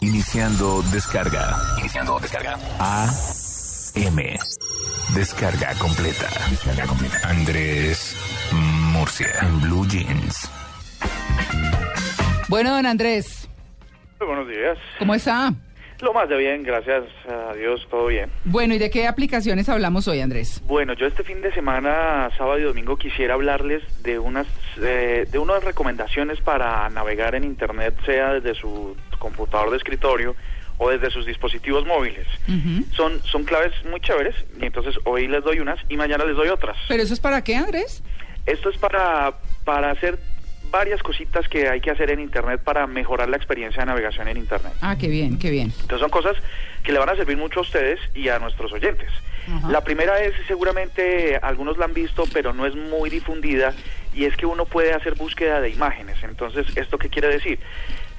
Iniciando descarga. Iniciando descarga. A M. Descarga completa. Descarga completa. Andrés Murcia. en Blue Jeans. Bueno, don Andrés, Muy buenos días. ¿cómo está? Lo más de bien, gracias a Dios, todo bien. Bueno, ¿y de qué aplicaciones hablamos hoy, Andrés? Bueno, yo este fin de semana, sábado y domingo, quisiera hablarles de unas, eh, de unas recomendaciones para navegar en Internet, sea desde su computador de escritorio o desde sus dispositivos móviles. Ujú. Son, son claves muy chéveres y entonces hoy les doy unas y mañana les doy otras. ¿Pero eso es para qué, Andrés? Esto es para, para hacer varias cositas que hay que hacer en Internet para mejorar la experiencia de navegación en Internet. Ah, qué bien, qué bien. Entonces son cosas que le van a servir mucho a ustedes y a nuestros oyentes. Ajá. La primera es, seguramente algunos la han visto, pero no es muy difundida, y es que uno puede hacer búsqueda de imágenes. Entonces, ¿esto qué quiere decir?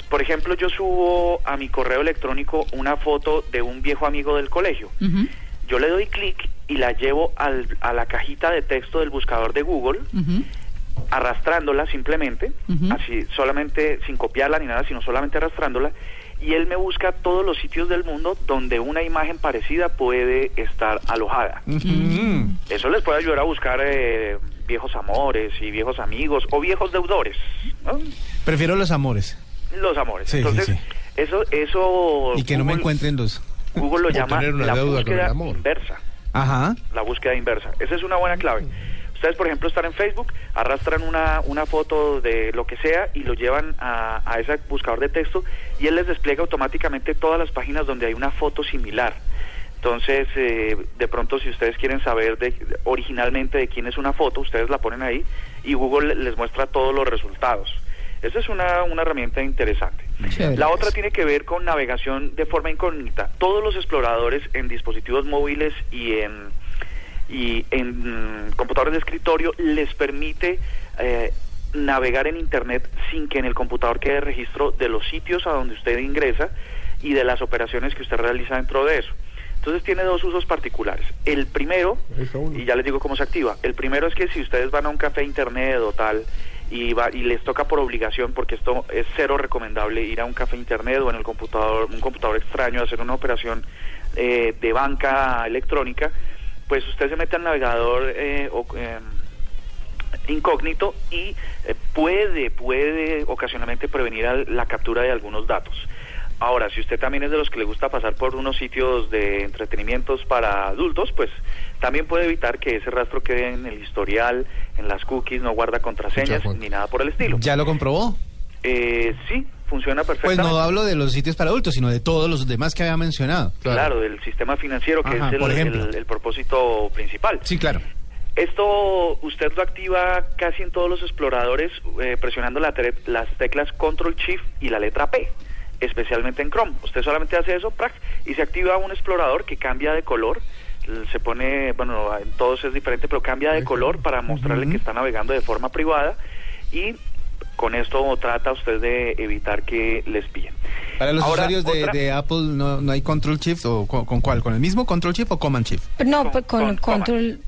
Por ejemplo, yo subo a mi correo electrónico una foto de un viejo amigo del colegio. Ujú, Yo le doy clic y la llevo al- a la cajita de texto del buscador de Google, ujú. arrastrándola simplemente, Ujú. así solamente sin copiarla ni nada, sino solamente arrastrándola, y él me busca todos los sitios del mundo donde una imagen parecida puede estar alojada. Eso les puede ayudar a buscar eh, viejos amores y viejos amigos o viejos deudores, ¿no? Prefiero los amores los amores. Sí, sí, Entonces, sí. eso, eso y que no me Google- encuentren los. Google lo Por llama tener una la deuda con el búsqueda amor. inversa. Ajá. la búsqueda inversa. Esa es una buena clave. Ustedes, por ejemplo, están en Facebook, arrastran una, una foto de lo que sea y lo llevan a, a ese buscador de texto y él les despliega automáticamente todas las páginas donde hay una foto similar. Entonces, eh, de pronto, si ustedes quieren saber de- originalmente de quién es una foto, ustedes la ponen ahí y Google les muestra todos los resultados. Esa es una, una herramienta interesante. Chévere. La otra tiene que ver con navegación de forma incógnita. Todos los exploradores en dispositivos móviles y en, y en mm, computadores de escritorio les permite eh, navegar en Internet sin que en el computador quede registro de los sitios a donde usted ingresa y de las operaciones que usted realiza dentro de eso. Entonces tiene dos usos particulares. El primero, Eso uno. y ya les digo cómo se activa, el primero es que si ustedes van a un café internet o tal y, va, y les toca por obligación, porque esto es cero recomendable ir a un café internet o en el computador, un computador extraño, hacer una operación eh, de banca electrónica, pues usted se mete al navegador eh, o, em, incógnito y eh, puede, puede ocasionalmente prevenir al- la captura de algunos datos. Ahora, si usted también es de los que le gusta pasar por unos sitios de entretenimientos para adultos, pues también puede evitar que ese rastro quede en el historial, en las cookies, no guarda contraseñas Juan. ni nada por el estilo. ¿Ya lo comprobó? Eh, sí, funciona Pues perfectamente. no hablo de los sitios para adultos, sino de todos los demás que había mencionado. Claro, del sistema financiero, que Ajá, es el, por ejemplo. el- el propósito principal. Sí, claro. Esto usted lo activa casi en todos los exploradores eh, presionando la tre- las teclas Control Shift y la letra P, especialmente en Chrome. Usted solamente hace eso, prac, y se activa un explorador que cambia de color. L- Se pone, bueno, en todos es diferente, pero cambia de color para mostrarle que está navegando de forma privada y con esto trata usted de evitar que les pillen. Para los Ahora, usuarios de, otra- de Apple no, no hay Control Shift o co- con cuál, con el mismo Control Shift o Command Shift. Pero No, Con- pues con, con coma. control.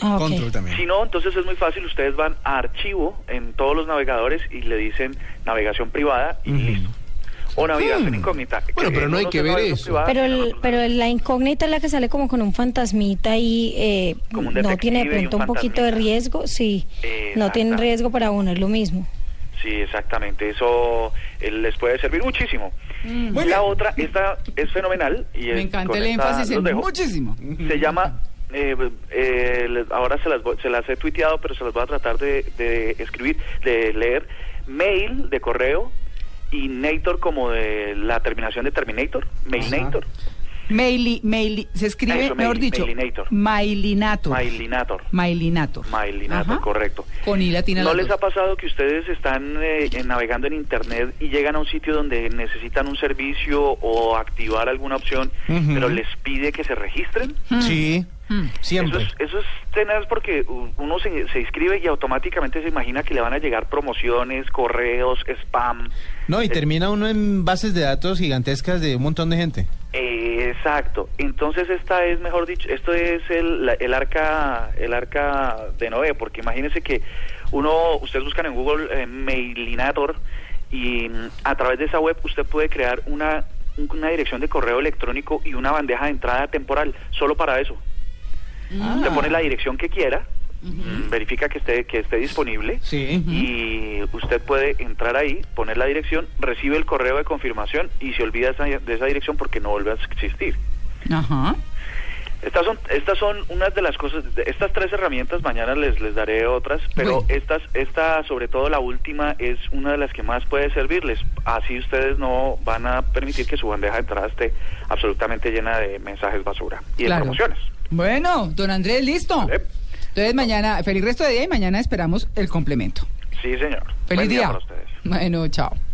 Ah, ok. Control también. Si no, entonces es muy fácil, ustedes van a archivo en todos los navegadores y le dicen navegación privada y listo. O navegación Hmm. incógnita. Bueno, pero no hay unos que de ver navegación eso. privada, Pero, pero el, otros pero no. la incógnita es la que sale como con un fantasmita y eh, Como un no tiene detective de y pronto un un poquito de fantasmita. riesgo, sí. No tiene Exactamente. riesgo para uno, es lo mismo. Sí, exactamente. Eso eh, les puede servir muchísimo. Mm. la otra, esta es fenomenal. Y Me es- encanta con el esta énfasis los en dejo. muchísimo. Se llama, eh, eh, les- ahora se las, voy- se las he tuiteado, pero se las voy a tratar de, de escribir, de leer, mail de correo y Nator como de la terminación de Terminator, Mailnator. Maili, maili, se escribe, Eso, mejor maili- dicho, mailinator. Mailinator. Mailinator. Mailinator. Mailinator, Ajá. correcto. Con I latina. ¿No las les ha dos. pasado que ustedes están eh, eh, navegando en Internet y llegan a un sitio donde necesitan un servicio o activar alguna opción, Ujú. pero les pide que se registren? Sí, siempre. Eso es, eso es tenaz porque u- uno se, se inscribe y automáticamente se imagina que le van a llegar promociones, correos, spam. No, y Eh, termina uno en bases de datos gigantescas de un montón de gente. eh, exacto. Entonces esta es, mejor dicho, esto es el, la- el arca el arca de Noé, porque imagínense que uno, ustedes buscan en Google eh, Mailinator y mm, a través de esa web usted puede crear una una dirección de correo electrónico y una bandeja de entrada temporal solo para eso. Usted pone la dirección que quiera, mm, verifica que esté que esté disponible Sí. y usted puede entrar ahí, poner la dirección, recibe el correo de confirmación y se olvida esa- de esa dirección porque no vuelve a existir. Ajá. Estas son, estas son unas de las cosas, de estas tres herramientas, mañana les, les daré otras, pero Bueno. estas, esta, sobre todo la última, es una de las que más puede servirles. Así ustedes no van a permitir que su bandeja de entrada esté absolutamente llena de mensajes basura y Claro. de promociones. Bueno, don Andrés, listo. Vale. Entonces mañana, feliz resto de día y mañana esperamos el complemento. Sí, señor. Feliz Buen día día. para ustedes. Bueno, chao.